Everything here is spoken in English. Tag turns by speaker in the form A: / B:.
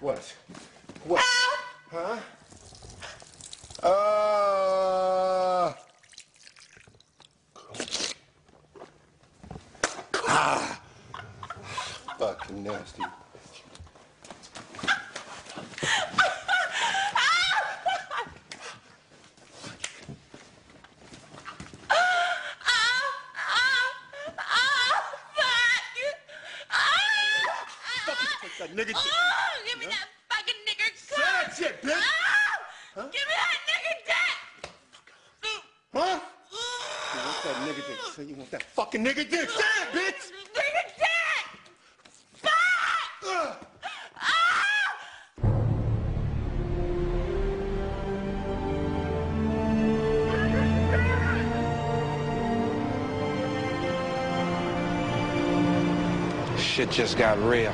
A: What? What? Huh? Uh. Ah. Fucking nasty.
B: Oh,
C: That nigga shit.
B: Oh, give me that fucking nigger cock.
A: That's it, bitch.
B: Oh, give me that nigger dick.
A: Huh? You want that nigga dick? Say you want that fucking nigga dick? Say it, bitch.
B: Nigger dick.
A: Ugh.
D: Shit just got real.